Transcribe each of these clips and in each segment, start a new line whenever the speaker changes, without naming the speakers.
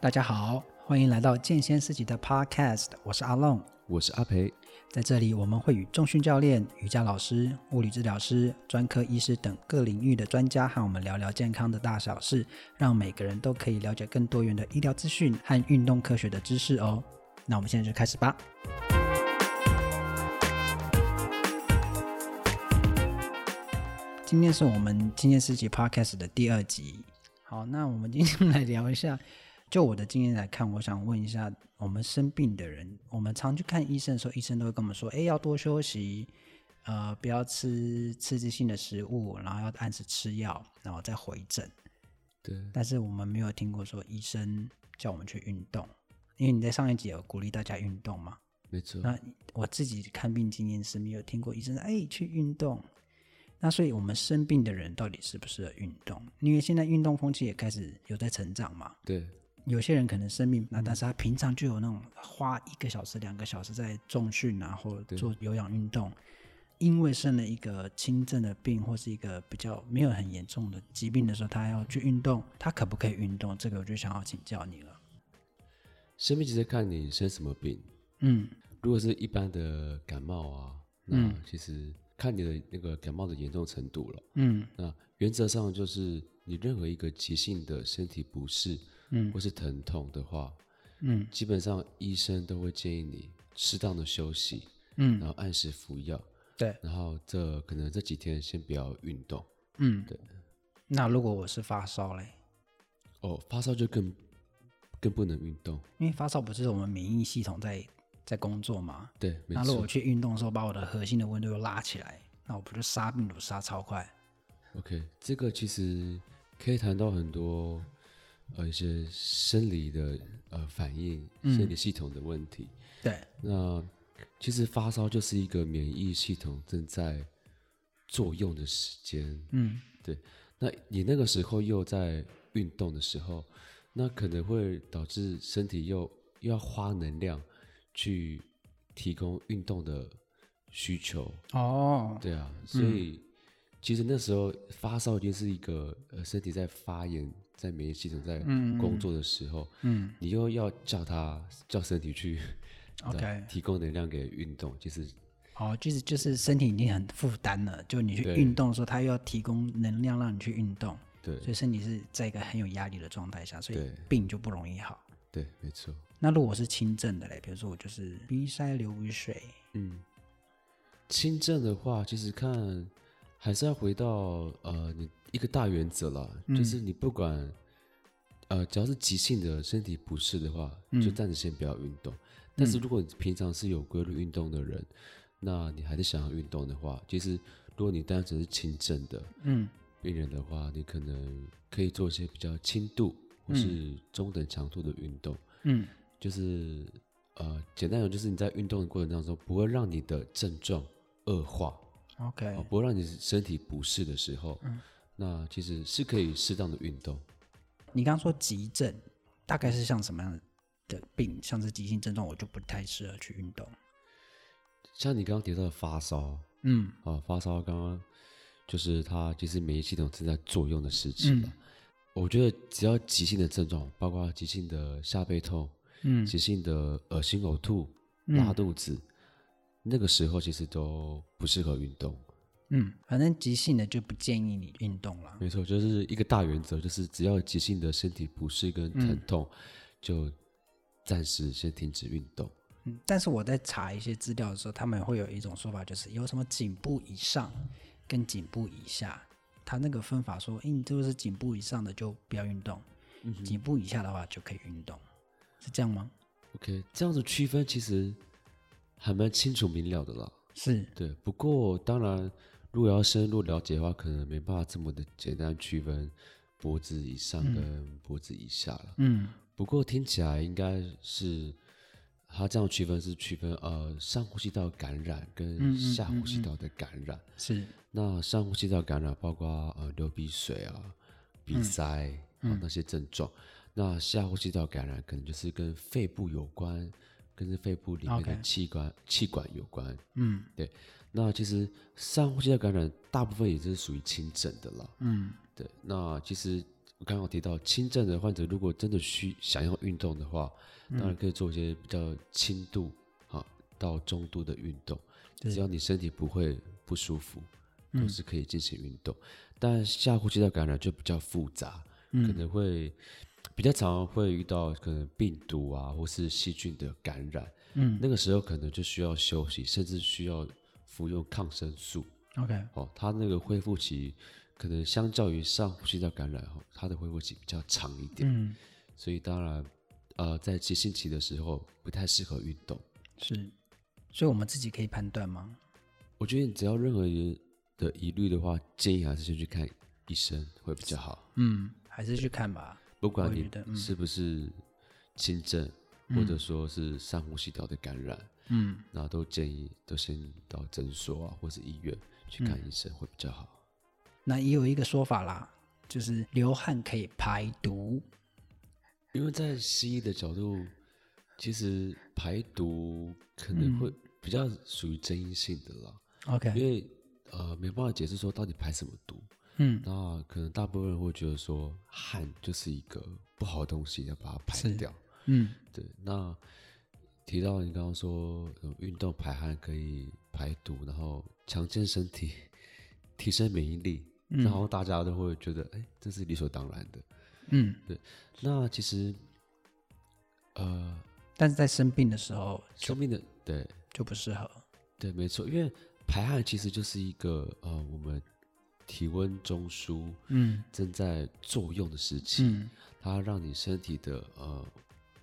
大家好，欢迎来到健先思己的 Podcast，我是阿浪。
我是阿培。
在这里，我们会与重训教练、瑜伽老师、物理治疗师、专科医师等各领域的专家和我们聊聊健康的大小事，让每个人都可以了解更多元的医疗资讯和运动科学的知识哦。那我们现在就开始吧。今天是我们今天四集 Podcast 的第二集。好，那我们今天 来聊一下，就我的经验来看，我想问一下，我们生病的人，我们常去看医生的时候，医生都会跟我们说，哎，要多休息，呃，不要吃刺激性的食物，然后要按时吃药，然后再回诊。
对，
但是我们没有听过说医生叫我们去运动，因为你在上一集有鼓励大家运动嘛。
没错。
那我自己看病经验是没有听过医生说哎去运动。那所以我们生病的人到底适不适合运动？因为现在运动风气也开始有在成长嘛。
对，
有些人可能生病，那但是他平常就有那种花一个小时、两个小时在重训啊，或者做有氧运动，因为生了一个轻症的病或是一个比较没有很严重的疾病的时候，他要去运动，他可不可以运动？这个我就想要请教你了。
生病其实看你生什么病。
嗯
如果是一般的感冒啊，那其实看你的那个感冒的严重程度了。
嗯
那原则上就是你任何一个急性的身体不适，
嗯
或是疼痛的话，
嗯
基本上医生都会建议你适当的休息，
嗯，
然后按时服药，
对，
然后这可能这几天先不要运动。
嗯
对。
那如果我是发烧嘞，
哦，发烧就更更不能运动。
因为发烧不是我们免疫系统在在工作嘛？
对，没
那如果
错
我。去运动的时候，把我的核心的温度又拉起来，那我不就杀病毒杀超快？
OK，这个其实可以谈到很多呃一些生理的呃反应、生理系统的问题。
对，
那其实发烧就是一个免疫系统正在作用的时间。
嗯
对，那你那个时候又在运动的时候，那可能会导致身体又又要花能量去提供运动的需求。
哦，
对啊，所以、其实那时候发烧已经是一个呃身体在发炎，在免疫系统在工作的时候，
嗯
你又要叫它叫身体去 你知道
，OK，
提供能量给运动，其实
哦，就是就是身体已经很负担了，就你去
对
运动的时候，它又要提供能量让你去运动，
对
所以身体是在一个很有压力的状态下，所以
对
病就不容易好。
对，没错，
那如果是轻症的嘞，比如说我就是鼻塞、流鼻水，
嗯。轻症的话，其实看还是要回到呃你一个大原则啦，就是你不管呃只要是急性的身体不适的话，就暂时先不要运动。但是如果你平常是有规律运动的人，那你还是想要运动的话，其实如果你单纯是轻症的
嗯
病人的话，你可能可以做一些比较轻度或是中等强度的运动，
嗯
就是呃简单讲就是你在运动的过程当中不会让你的症状恶化，
嗯，OK，
哦，不会让你身体不适的时候，
嗯
那其实是可以适当的运动。
你刚刚说急症，大概是像什么样的病？像是急性症状，我就不太适合去运动。
像你刚刚提到的发烧，
嗯
啊，发烧刚刚就是它其实免疫系统正在作用的事情
嗯
了。我觉得只要急性的症状，包括急性的下背痛、
嗯
急性的恶心呕吐、拉肚子，那个时候其实都不适合运动。
嗯，反正急性的就不建议你运动了。
没错，就是一个大原则，就是只要急性的身体不适跟疼痛，就暂时先停止运动。
嗯，但是我在查一些资料的时候，他们会有一种说法，就是有什么颈部以上跟颈部以下，他那个分法说，诶，你就是颈部以上的就不要运动，颈部以下的话就可以运动，是这样吗？
OK，这样子区分其实还蛮清楚明了的啦。
是，
对，不过当然，如果要深入了解的话，可能没办法这么的简单区分脖子以上跟脖子以下了。
嗯
不过听起来应该是它这样区分是区分呃上呼吸道感染跟下呼吸道的感染。
是，
那上呼吸道感染包括呃流鼻水
嗯
啊、鼻塞啊、那些症状。那下呼吸道感染可能就是跟肺部有关，跟这肺部里面的
OK
器官气管有关。
嗯
对，那其实上呼吸道感染大部分也是属于轻症的啦。
嗯
对，那其实我刚刚有提到轻症的患者，如果真的需想要运动的话，
嗯
当然可以做一些比较轻度啊到中度的运动，
对
只要你身体不会不舒服，
嗯
都是可以进行运动。但下呼吸道感染就比较复杂，可
嗯
能会比较常会遇到可能病毒啊或是细菌的感染，
嗯
那个时候可能就需要休息，甚至需要服用抗生素。
，OK，
哦，它那个恢复期可能相较于上呼吸道感染后，它的恢复期比较长一点，
嗯，
所以当然，呃，在急性期的时候不太适合运动。
是，所以我们自己可以判断吗？
我觉得你只要任何的疑虑的话，建议还是先去看医生会比较好，
嗯，还是去看吧。
不管
我
你
觉得嗯
是不是轻症，或者说是上呼吸道的感染，
嗯，
那都建议都先到诊所啊或是医院去看医生会比较好。
那也有一个说法啦，就是流汗可以排毒。嗯
因为在西医的角度，其实排毒可能
嗯
会比较属于争议性的啦，因
OK，
为呃没办法解释说到底排什么毒。
嗯，
那可能大部分人会觉得说汗就是一个不好的东西，要把它排掉。
嗯，
对，那提到你刚刚说、呃运动排汗可以排毒，然后强健身体，提升免疫力，然后大家都会觉得哎这是理所当然的。
嗯，
那其实呃。
但是在生病的时候
生命的对
就不适合。
对，没错，因为排汗其实就是一个呃，我们体温中枢
嗯
正在作用的时期，
嗯，
它让你身体的呃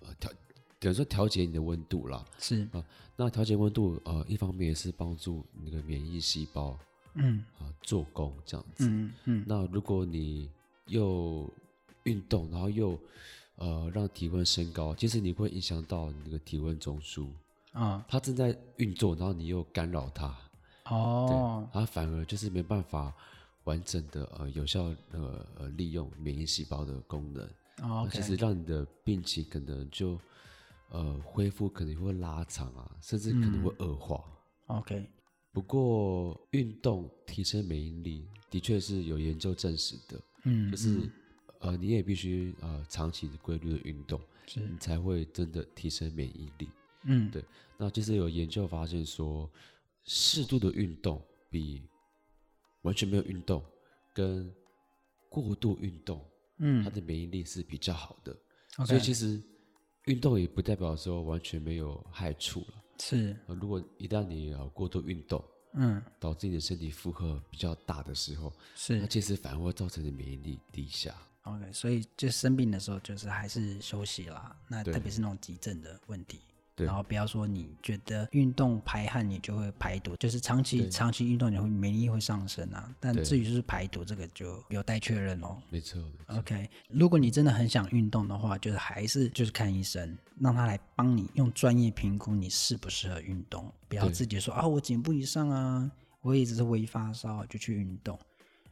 呃调，等于说调节你的温度啦。
是，
那调节温度呃，一方面也是帮助你的免疫细胞啊、
嗯
做工这样子。
嗯嗯
那如果你又运动，然后又呃让体温升高，其实你会影响到你那个体温中枢，
啊
它正在运作，然后你又干扰它，对，
哦，
它反而就是没办法完整的呃有效呃呃利用免疫细胞的功能，
哦
那
OK，
其实让你的病情可能就呃恢复可能会拉长啊，甚至可能会恶化。
OK，
不过运动提升免疫力的确是有研究证实的，
嗯，
就是、呃你也必须呃长期规律的运动，
是
你，才会真的提升免疫力。
嗯
对那就是有研究发现说，适度的运动比完全没有运动跟过度运动，它
嗯
的免疫力是比较好的。所
，OK，
以其实运动也不代表说完全没有害处了。
是，
呃如果一旦你呃过度运动，
嗯
导致你的身体负荷比较大的时候，那
是
其实反而会造成你免疫力低下。
OK，所以就生病的时候就是还是休息啦。那
对
特别是那种急症的问题。
对
然后不要说你觉得运动排汗你就会排毒，就是长期长期运动你会免疫力会上升啊。但至于就是排毒这个就有待确认哦。
没错，没错
OK，如果你真的很想运动的话，就是还是就是看医生，让他来帮你用专业评估你适不适合运动，不要
对
自己说啊我颈部以上啊，我也只是微发烧就去运动，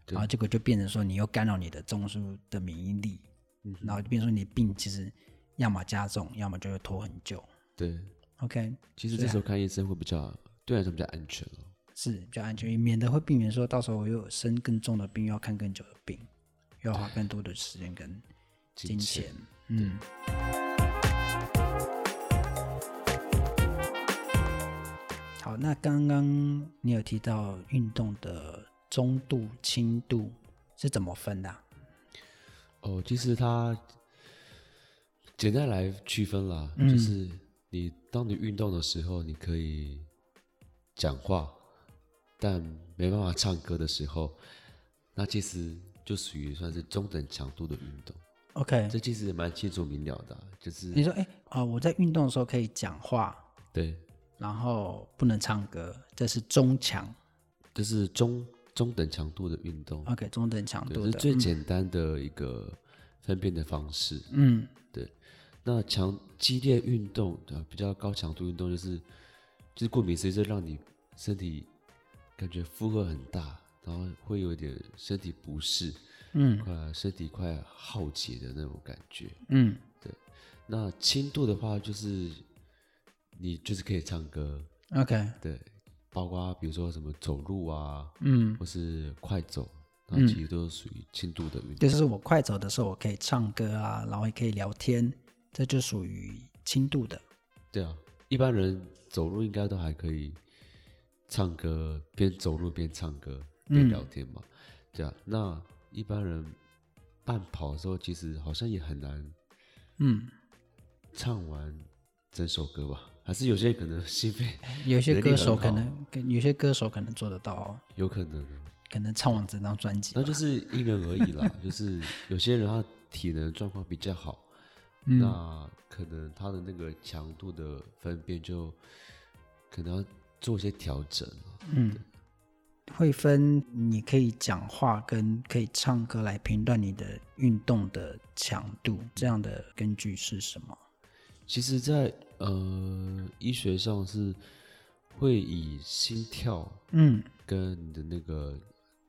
对
然后结果就变成说你又干扰你的中枢的免疫力，
嗯
然后就变成说你的病其实要么加重，要么就会拖很久。
对，
OK，
其实这时候看医生会比较对你来说比较安全哦。
是比较安全，免得会避免说到时候我又有生更重的病，又要看更久的病，又要花更多的时间跟金
金
钱
钱。
嗯。好，那刚刚你有提到运动的中度、轻度是怎么分的啊、
哦，其实它简单来区分啦，就是你当你运动的时候，你可以讲话，但没办法唱歌的时候，那其实就属于算是中等强度的运动。
OK，
这其实也蛮清楚明了的啊、就是
你说，哎、啊、我在运动的时候可以讲话，
对，
然后不能唱歌，这是中强
就是中中等强度的运动，
，OK，中等强
对，
度
这是
啊的，
最简单的一个分辨的方式。
嗯，
那强激烈运动呃，比较高强度运动就是，就是顾名思义，就让你身体感觉负荷很大，然后会有点身体不适，
嗯，
快身体快耗竭的那种感觉。
嗯
那轻度的话，就是你就是可以唱歌，
，OK，
对，包括比如说什么走路啊，
嗯
或是快走，那其实都属于轻度的运
就
动。
是我快走的时候，我可以唱歌啊，然后也可以聊天，这就属于轻度的。
对啊，一般人走路应该都还可以唱歌，边走路边唱歌边聊天嘛。对啊，那一般人慢跑的时候，其实好像也很难
嗯，
唱完整首歌吧？还是有些人可能心肺
有些
能力
歌手
很好
可能，有些歌手可能做得到、哦，
有可能啊，
可能唱完整张专辑吧。
那就是因人而 异啦。就是有些人他体能状况比较好，
嗯
那可能他的那个强度的分辨就可能要做一些调整啊。
嗯，会分你可以讲话跟可以唱歌来评断你的运动的强度，这样的根据是什么？
其实在，呃医学上是会以心跳
嗯
跟你的那个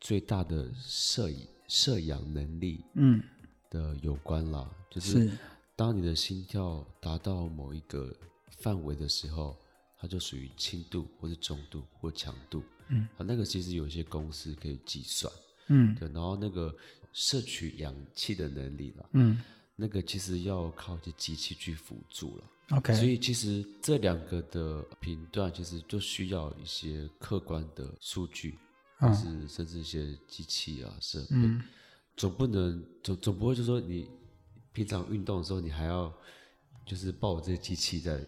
最大的摄影摄氧能力
嗯，
的有关啦，就是
是
当你的心跳达到某一个范围的时候，它就属于轻度或是中度或强度。
嗯，
啊，那个其实有一些公式可以计算。
嗯
对，然后那个摄取氧气的能力啦，
嗯
那个其实要靠一些机器去辅助了。
，OK，
所以其实这两个的频段其实就需要一些客观的数据，或
嗯
是甚至一些机器啊设备，
嗯
总不能总总不会就说你平常运动的时候你还要就是抱着这些机器在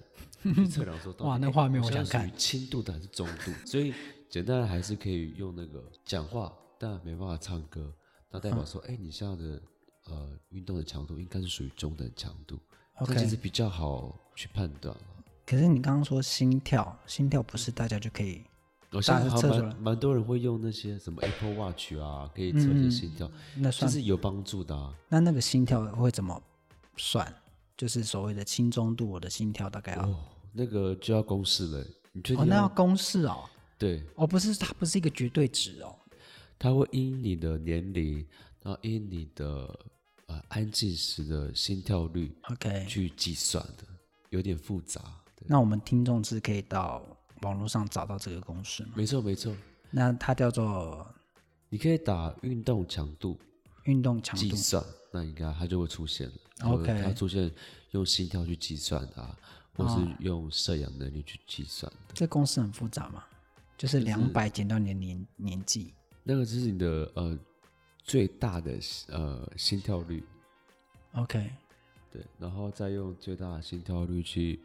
去 测量说到底
哇那
诶
画面我
现在
想看
属于轻度的还是中度，所以简单的还是可以用那个讲话，但没办法唱歌，那代
嗯
表说哎、诶你现在的呃运动的强度应该是属于中等强度。这
OK
其实比较好去判断了。
可是你刚刚说心跳，心跳不是大家就可以，
我现在
大家
好
测
像
出来
蛮蛮多人会用那些什么 Apple Watch 啊，可以测一些心跳，
那嗯
其
算
实有帮助的、啊。
那那个心跳会怎么算？就是所谓的轻中度，我的心跳大概要哦
哦，那个就要公式了，你确定
那
要？
要公式哦，
对，
哦，不是，它不是一个绝对值哦，
它会因你的年龄，然后因你的呃安静时的心跳率
OK，
去计算的，有点复杂。对，
那我们听众是可以到网络上找到这个公式吗？
没错没错，
那它叫做
你可以打运动强度
运动强
计
度。
算，那应该它就会出现了。
OK
呃它出现用心跳去计算的、啊，或是用摄氧能力去计算的。
这公式很复杂嘛，就是两百减掉你的年年纪，
那个就是你的呃最大的呃心跳率，
OK，
对，然后再用最大的心跳率去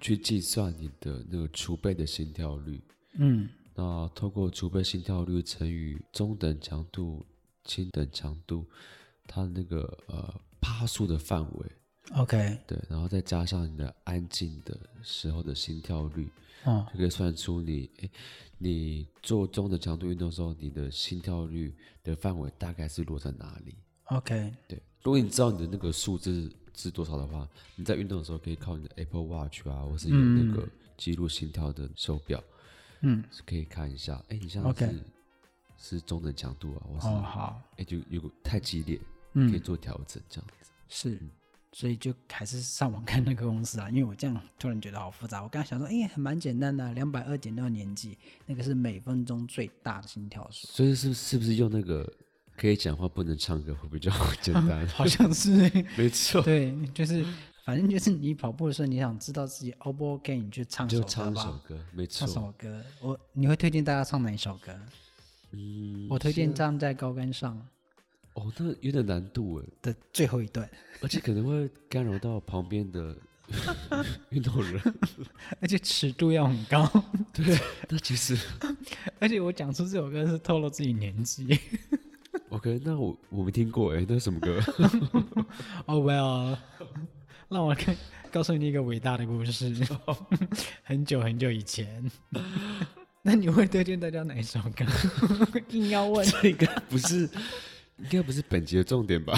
去计算你的那个储备的心跳率。
嗯
那透过储备心跳率乘以中等强度、轻等强度，它的那个呃趴数的范围，
，OK，
对，然后再加上你的安静的时候的心跳率，
哦，
就可以算出你，哎，你做中等强度运动的时候，你的心跳率的范围大概是落在哪里？
，OK，
对，如果你知道你的那个数字是多少的话，你在运动的时候可以靠你的 Apple Watch 啊，或是有那个记录心跳的手表，
嗯，
是可以看一下，哎，你现在
OK
是是中等强度啊，或是
哦，好，
哎就如果太激烈，可以
嗯，
做调整这样子。
是，
嗯
所以就还是上网看那个公式啊， 因为我这样突然觉得好复杂。我刚才想说，哎，还蛮简单的、两百二减掉年纪，那个是每分钟最大的心跳 数，
所以是是不是用那个可以讲话不能唱歌会比较简单？
好像是。
没 错，
对，就是反正就是你跑步的时候，你想知道自己 O 不 OK，你去唱首
就
歌吧。
唱一首歌，没错
唱。什么歌？我你会推荐大家唱哪一首歌？
嗯，
我推荐站在高杆上
哦，那有点难度 哎，
的最后一段，
而且可能会干扰到旁边的 运 动人。
而且尺度要很高，
对， 那其实
而且我讲出这首歌是透露自己年纪。
OK，那我我没听过哎，那什么歌？
哦、well，让我看，告诉你一个伟大的故事，
哦
很久很久以前。 那你会推荐大家哪一首歌？ 硬要问，
这应该不是，应该不是本集的重 点吧？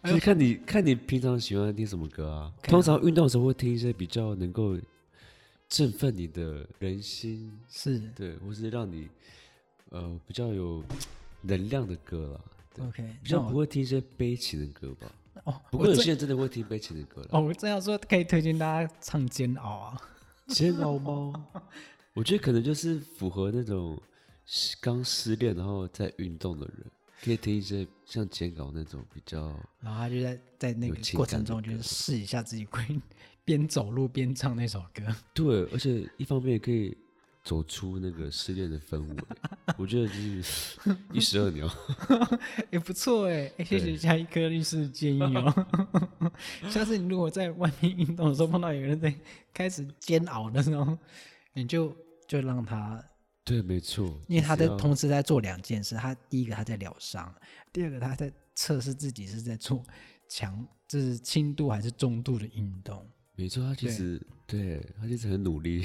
哎
就是看你看你平常喜欢听什么歌啊？通常运动的时候会听一些比较能够振奋你的人心
是
对，或是让你呃比较有能量的歌啦，对，
OK，
比
那
较
我
不会听一些悲情的歌吧。
哦，
不
我
过有
最
些人真的会听悲情的歌啦。
哦，我这样说可以推荐大家唱《煎熬》啊。
煎熬吗？我觉得可能就是符合那种失刚失恋然后在运动的人，可以听一些像剪稿那种比较
然后他就在在那
有
个
情
过
感
程中，
的
就
歌
是试一下自己会 边走路边唱那首歌。
对，而且一方面也可以走出那个失恋的氛围，我觉得就是 一石二鸟。
也不错哎、欸，谢谢
对
加一颗律师的建议哦。 下次你如果在外面运动的时候碰到有人在开始煎熬的时候，你就就让他，
对，没错，
因为他在
就是要
同时在做两件事，他第一个他在疗伤，第二个他在测试自己是在做强，就是轻度还是重度的运动，
没错，他其
对
实对他其实很努力，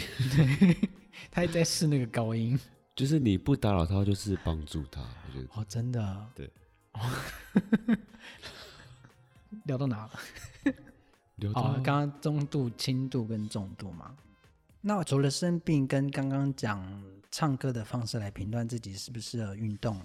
他也在试那个高音
就是你不打扰他，就是帮助他。我觉得
哦，真的
对。
哦啊 聊到哪了？
聊到、
哦，刚刚中度、轻度跟重度嘛。那除了生病跟刚刚讲唱歌的方式来评断自己适不适合运动，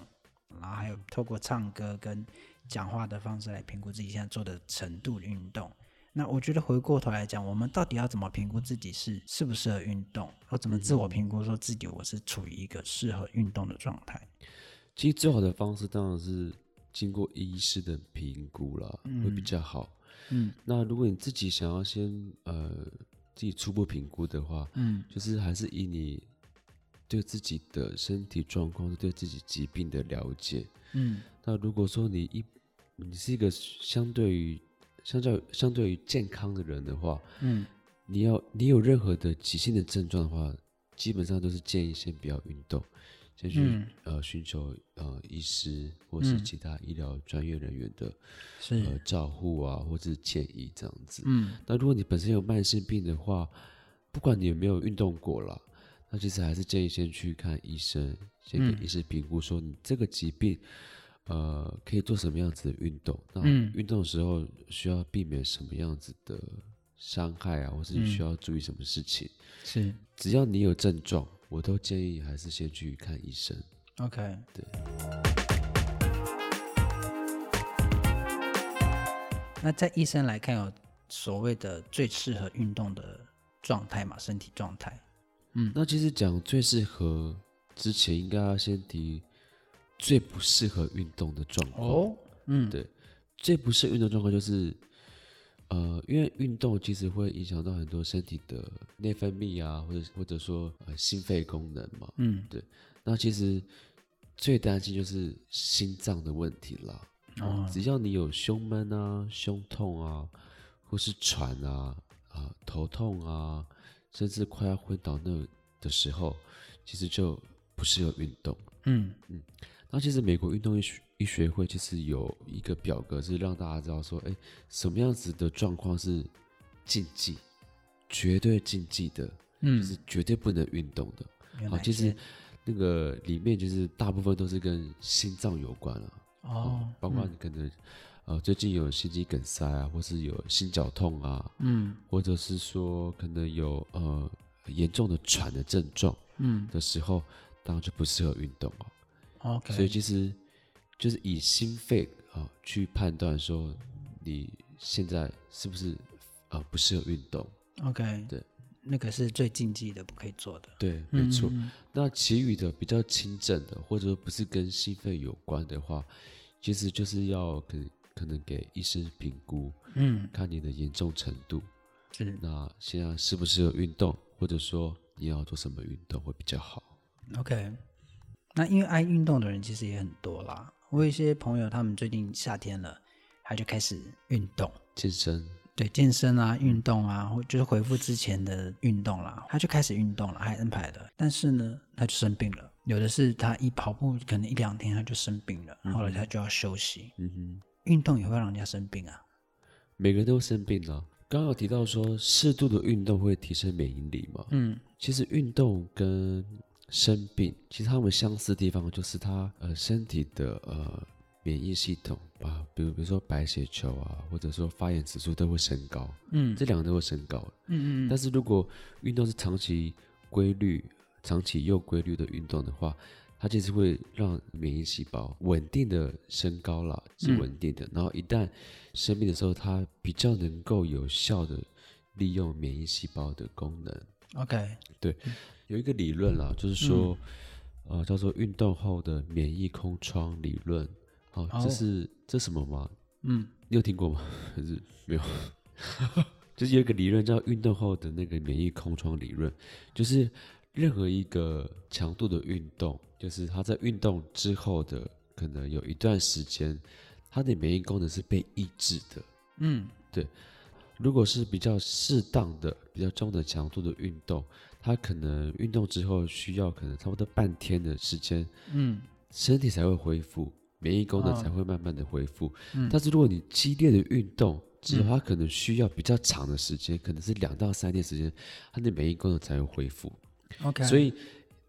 然后还有透过唱歌跟讲话的方式来评估自己现在做的程度的运动。那我觉得回过头来讲，我们到底要怎么评估自己是适不适合运动，或怎么自我评估说自己我是处于一个适合运动的状态？
其实最好的方式当然是经过医师的评估啦，会比较好。
嗯，
那如果你自己想要先呃自己初步评估的话，
嗯，
就是还是以你对自己的身体状况、对自己疾病的了解。
嗯
那如果说你一你是一个相对于相较于相对于健康的人的话，
嗯
你要你有任何的急性的症状的话，基本上都是建议先不要运动，先去、
嗯
呃寻求呃医师或是其他医疗专业人员的、呃
是
照护啊，或是建议这样子。
嗯
那如果你本身有慢性病的话，不管你有没有运动过啦，那其实还是建议先去看医生，先
嗯
给医生评估说你这个疾病，呃，可以做什么样子的运动，那
嗯
运动的时候需要避免什么样子的伤害啊，或是需要注意什么事情。
是
只要你有症状，我都建议还是先去看医生。
OK
对。
那在医生来看，有所谓的最适合运动的状态嘛？身体状态。
那其实讲最适合之前，应该要先提最不适合运动的状况。，
嗯，
对，最不是运动状况就是，呃，因为运动其实会影响到很多身体的内分泌啊，或者或者说呃心肺功能嘛。
嗯，
那其实最担心就是心脏的问题啦。
哦
只要你有胸闷啊、胸痛啊，或是喘啊、啊、头痛啊，甚至快要昏倒那的时候，其实就不适合运动。
嗯，
那其实美国运动医学医学会其实有一个表格是让大家知道说，哎，什么样子的状况是禁忌，绝对禁忌的，
嗯
就是绝对不能运动的。
原
好，
来
哦其
是
实那个里面就是大部分都是跟心脏有关啊，
哦，
包括你可能、呃最近有心肌梗塞啊，或是有心绞痛啊，
嗯
或者是说可能有呃严重的喘的症状
嗯
的时候，当然就不适合运动啊。
，OK，
所以其实就是以心肺啊、去判断说你现在是不是啊、不适合运动。
OK，
对，
那个是最禁忌的，不可以做的。
对，没错。
嗯
那其余的比较轻症的，或者说不是跟心肺有关的话，其实就是要可可能给医生评估，
嗯，
看你的严重程度。
是
那现在适不适合运动，或者说你要做什么运动会比较好？
OK，那因为爱运动的人其实也很多啦。我有一些朋友，他们最近夏天了，他就开始运动，
健身，
对健身啊、运动啊，或就是恢复之前的运动啦，他就开始运动了，还安排了。但是呢，他就生病了。有的是他一跑步可能一两天他就生病了，后来他就要休息。
嗯哼。
运动也会让人家生病啊。
每个人都生病了、刚刚有提到说，适度的运动会提升免疫力嘛？
嗯
其实运动跟生病，其实它们相似的地方就是它呃身体的呃免疫系统啊，比如比如说白血球啊，或者说发炎指数都会升高，
嗯
这两个都会升高。
嗯
但是如果运动是长期规律、长期又规律的运动的话，它其实会让免疫细胞稳定的升高啦，
嗯
是稳定的。然后一旦生病的时候，它比较能够有效的利用免疫细胞的功能。
，OK，嗯
有一个理论啦，就是说，呃叫做运动后的免疫空窗理论。好、
哦
这是这什么吗？
嗯，
你有听过吗？ 还是没有？就是有一个理论叫运动后的那个免疫空窗理论，就是任何一个强度的运动，就是他在运动之后的可能有一段时间，他的免疫功能是被抑制的。
嗯，
如果是比较适当的、比较中等强度的运动，它可能运动之后需要可能差不多半天的时间，
嗯，
身体才会恢复，免疫功能
哦
才会慢慢的恢复。
嗯
但是如果你激烈的运动之后，它可能需要比较长的时间，可能是两到三天时间，它的免疫功能才会恢复。
OK，
所
以
以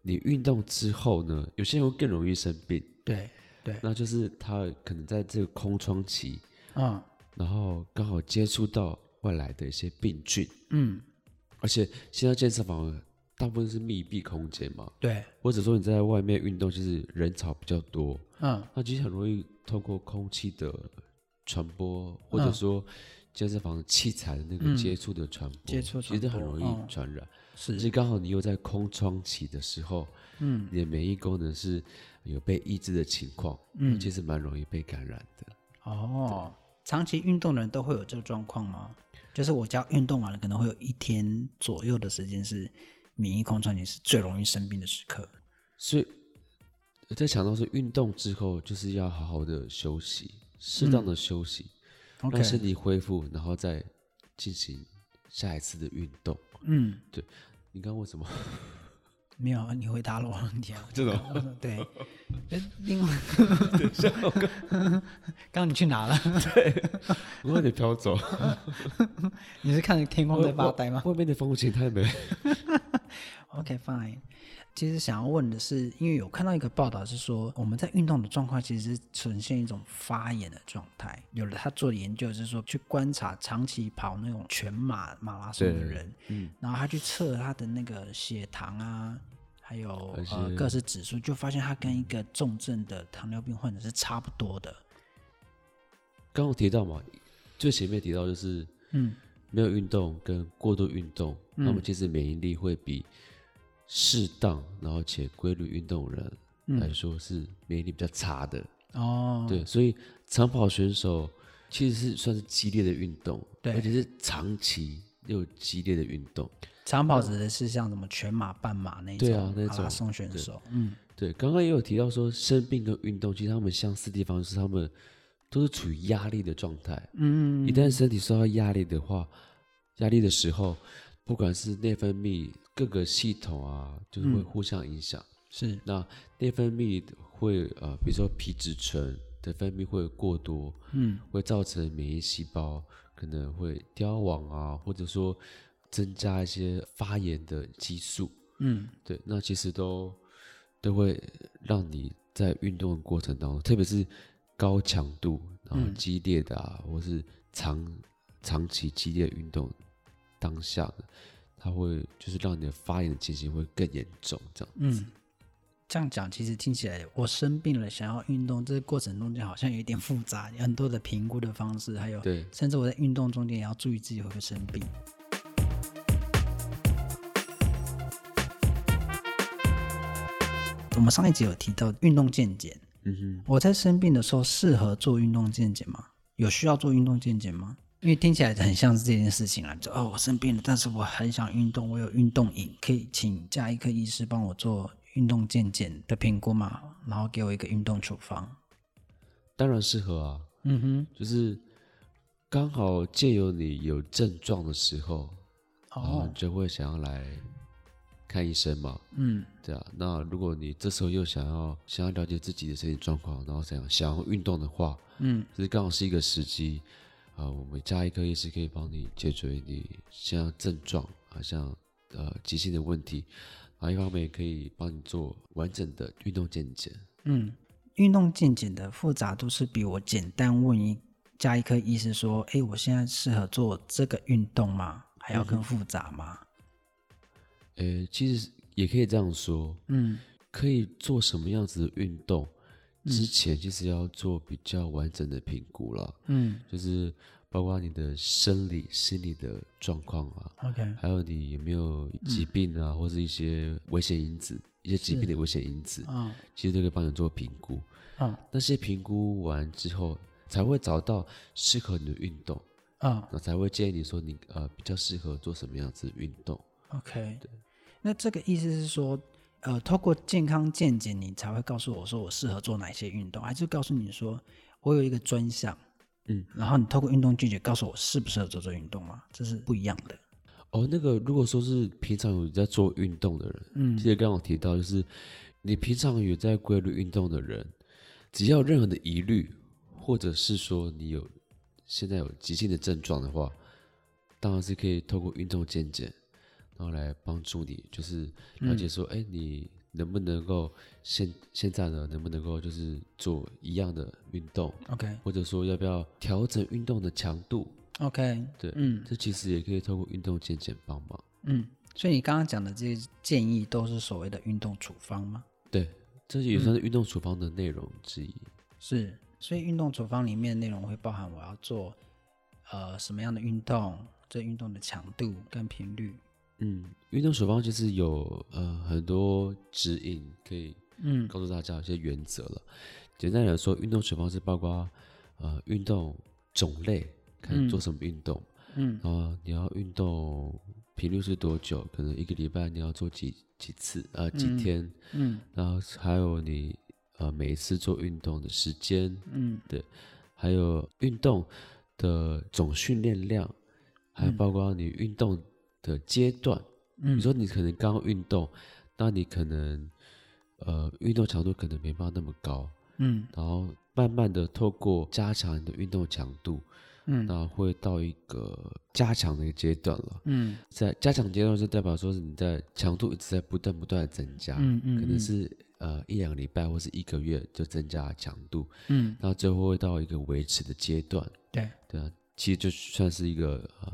你运动之后呢，有些人会更容易生病，
对对，
那就是他可能在这个空窗期，
嗯
然后刚好接触到外来的一些病菌。
嗯，
而且现在健身房大部分是密闭空间嘛，
对，
或者说你在外面运动，就是人潮比较多，
嗯
那其实很容易透过空气的传播，或者
嗯
说健身房器材的那个
嗯
接触的传播，
接触
其实
传
很
播
容
嗯
易传染。而且
是，
刚好你又在空窗期的时候，
嗯
你的免疫功能是有被抑制的情况，
嗯
其实蛮容易被感染的。
哦，长期运动的人都会有这个状况吗？就是我只要运动完了，可能会有一天左右的时间是免疫空窗期，是最容易生病的时刻。
所以，在强调说运动之后，就是要好好的休息，适当的休息。
嗯 OK，
让身体恢复，然后再进行下一次的运动。
嗯，
你刚刚问 什么？
没有，你回答了我的问题啊。
真的吗
我说对，呃另外， 刚刚你去哪了？
我有点飘走，
你是看着天空在发呆吗
外面的风景太美。
？OK fine。其实想要问的是，因为有看到一个报道是说，我们在运动的状况其实是呈现一种发炎的状态。有的他做的研究是说，去观察长期跑那种全马马拉松的
对嗯
人，然后他去测他的那个血糖啊，还有
还
呃
是
各式指数，就发现他跟一个重症的糖尿病患者是差不多的。
刚刚有提到嘛，最前面提到就是
嗯，
没有运动跟过度运动，那么其实免疫力会比适当然后且规律运动的
嗯
人来说是免疫力比较差的。
哦，
对，所以长跑选手其实是算是激烈的运动，
对
而且是长期又激烈的运动。
长跑指的是像什么全马、半马那
嗯对啊
种
那
马拉
种
松选手。嗯，
对，刚刚也有提到说，生病跟运动，其实他们相似地方是他们都是处于压力的状态。嗯，一旦身体受到压力的话，压力的时候，不管是内分泌各个系统啊，就是会互相影响。
是，
那内分泌会呃，比如说皮质醇的分泌会过多，
嗯，
会造成免疫细胞可能会凋亡啊，或者说增加一些发炎的激素。
嗯，
对，那其实都都会让你在运动的过程当中，特别是高强度、然后激烈的啊，或是长长期激烈的运动当下的，它会就是让你的发炎的情形会更严重，这样。
嗯，这样讲其实听起来，我生病了想要运动，这个过程中间好像有一点复杂，有很多的评估的方式，还有
对
甚至我在运动中间也要注意自己会不会生病。我们上一集有提到运动健检，
嗯哼，
我在生病的时候适合做运动健检吗？有需要做运动健检吗？因为听起来很像是这件事情啊，就哦，我生病了，但是我很想运动，我有运动瘾，可以请加一科医师帮我做运动健检的评估嘛，然后给我一个运动处方。
当然适合啊，
嗯哼，
就是刚好借由你有症状的时候，然后
哦
你，就会想要来看医生嘛。
嗯
对啊，那如果你这时候又想要想要了解自己的身体状况，然后想想要运动的话，
嗯，
这刚好是一个时机啊、我们加一科医师可以帮你解决你像症状啊，像呃急性的问题，啊，一方面也可以帮你做完整的运动健检。
嗯，运动健检的复杂度是比我简单问一加一科医师说，诶，我现在适合做这个运动吗？还要更复杂吗？
呃，其实也可以这样说，
嗯
可以做什么样子的运动，之前其实要做比较完整的评估了。
嗯
就是包括你的生理、心理的状况啊，
，OK，
还有你有没有疾病啊，或者一些危险因子，一些疾病的危险因子，
嗯
其实都可以帮你做评估。
嗯
那些评估完之后，才会找到适合你的运动，
嗯
那才会建议你说你呃比较适合做什么样子的运动。
，OK。那这个意思是说，呃，透过健康健检，你才会告诉我说我适合做哪些运动，还是告诉你说我有一个专项，
嗯，
然后你透过运动拒绝告诉我适不适合做这个运动吗？这是不一样的。
哦，那个如果说是平常有在做运动的人，
嗯
记得刚刚我提到，就是你平常有在规律运动的人，只要有任何的疑虑，或者是说你有现在有急性的症状的话，当然是可以透过运动健检，然后来帮助你，就是了
嗯
解说，哎、你能不能够现现在呢，能不能够就是做一样的运动，
OK
或者说要不要调整运动的强度？
OK，
对，
嗯，
这其实也可以透过运动健检帮忙。
嗯，所以你刚刚讲的这些建议都是所谓的运动处方吗？
对，这也
嗯
算是运动处方的内容之一。
是，所以运动处方里面的内容会包含我要做呃什么样的运动，这运动的强度跟频率。
嗯，运动处方其实有呃很多指引可以
嗯
告诉大家一些原则了。简单来说，运动处方是包括呃运动种类，看做什么运动，
嗯
然后你要运动频率是多久，可能一个礼拜你要做几几次呃几天，
嗯
然后还有你呃每一次做运动的时间，
嗯
还有运动的总训练量，还有包括你运动的阶段。
嗯，
你说你可能刚运动，那你可能呃运动强度可能没办法那么高，
嗯
然后慢慢的透过加强你的运动强度，
嗯
那会到一个加强的一个阶段了。
嗯
在加强阶段就代表说是你在强度一直在不断不断的增加，
嗯嗯
可能是呃一两个礼拜或是一个月就增加强度，
嗯，
那最后会到一个维持的阶段。
对，
对啊，其实就算是一个呃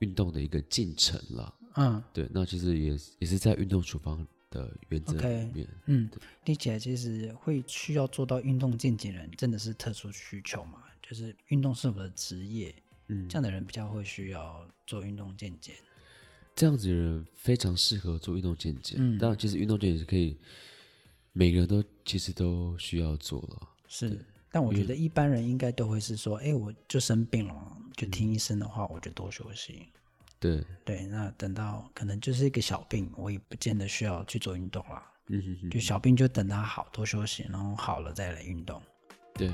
运动的一个进程了。
嗯
对，那其实也也是在运动处方的原则
OK
里面。
嗯，听起来其实会需要做到运动健检人真的是特殊需求嘛，就是运动是我的职业，
嗯
这样的人比较会需要做运动健检。
这样子的人非常适合做运动健检。
嗯
当然，其实运动健检是可以，每个人都其实都需要做了。
是，但我觉得一般人应该都会是说，哎、我就生病了嘛，就听医生的话，我就多休息。
对，
对，那等到可能就是一个小病，我也不见得需要去做运动啦。
嗯哼哼，
就小病就等它好，多休息，然后好了再来运动。
对。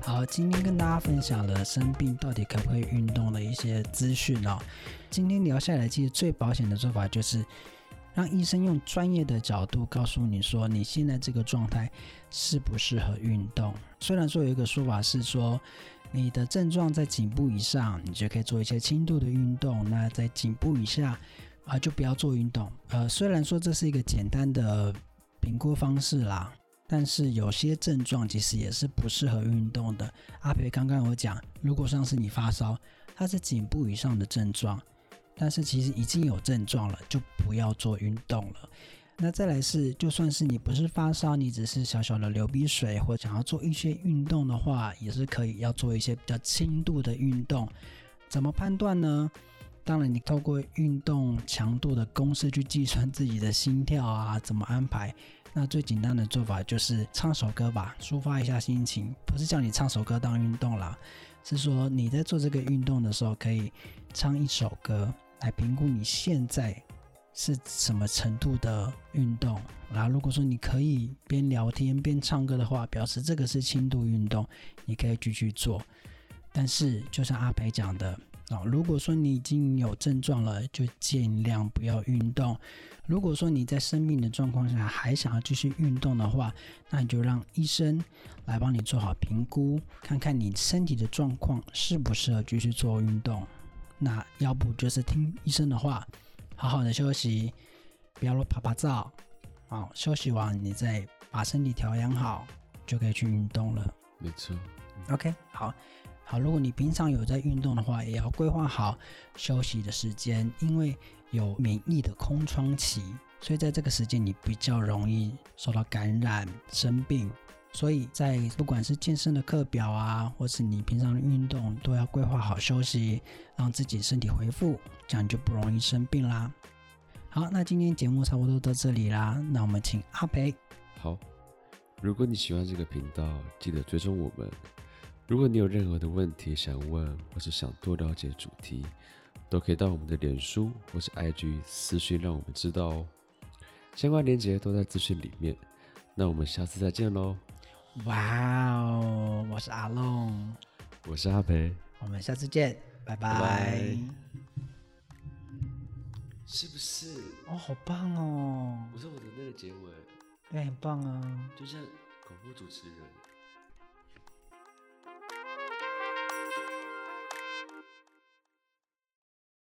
好，今天跟大家分享了生病到底可不可以运动的一些资讯哦。今天聊下来，其实最保险的做法就是让医生用专业的角度告诉你说你现在这个状态适不适合运动。虽然说有一个说法是说。你的症状在颈部以上，你就可以做一些轻度的运动；那在颈部以下，啊，就不要做运动。呃，虽然说这是一个简单的评估方式啦，但是有些症状其实也是不适合运动的。阿培刚刚有讲，如果像是你发烧，它是颈部以上的症状，但是其实已经有症状了，就不要做运动了。那再来是，就算是你不是发烧，你只是小小的流鼻水，或想要做一些运动的话，也是可以要做一些比较轻度的运动。怎么判断呢？当然，你透过运动强度的公式去计算自己的心跳啊，怎么安排，那最简单的做法就是唱首歌吧，抒发一下心情。不是叫你唱首歌当运动啦，是说你在做这个运动的时候，可以唱一首歌来评估你现在是什么程度的运动。然后如果说你可以边聊天边唱歌的话，表示这个是轻度运动，你可以继续做。但是就像阿培讲的。哦，如果说你已经有症状了，就尽量不要运动。如果说你在生病的状况下还想要继续运动的话，那你就让医生来帮你做好评估，看看你身体的状况适不适合继续做运动。那要不就是听医生的话，好好的休息，不要乱爬爬照。好，休息完你再把身体调养好，就可以去运动了。
没错，
OK，好，好，如果你平常有在运动的话，也要规划好休息的时间，因为有免疫的空窗期，所以在这个时间你比较容易受到感染、生病，所以在不管是健身的课表啊，或是你平常的运动，都要规划好休息，让自己身体恢复，这样就不容易生病啦。好，那今天节目差不多到这里啦，那我们请阿培。
好，如果你喜欢这个频道，记得追踪我们。如果你有任何的问题想问，或是想多了解主题，都可以到我们的脸书或是 IG 私讯让我们知道哦。相关链接都在资讯里面。那我们下次再见喽！
哇哦，我是阿龙，
我是阿培，
我们下次见，拜拜。
拜是不是？
哦，好棒哦，
我说我的那个结尾，
对，很棒啊。
就像广播主持人。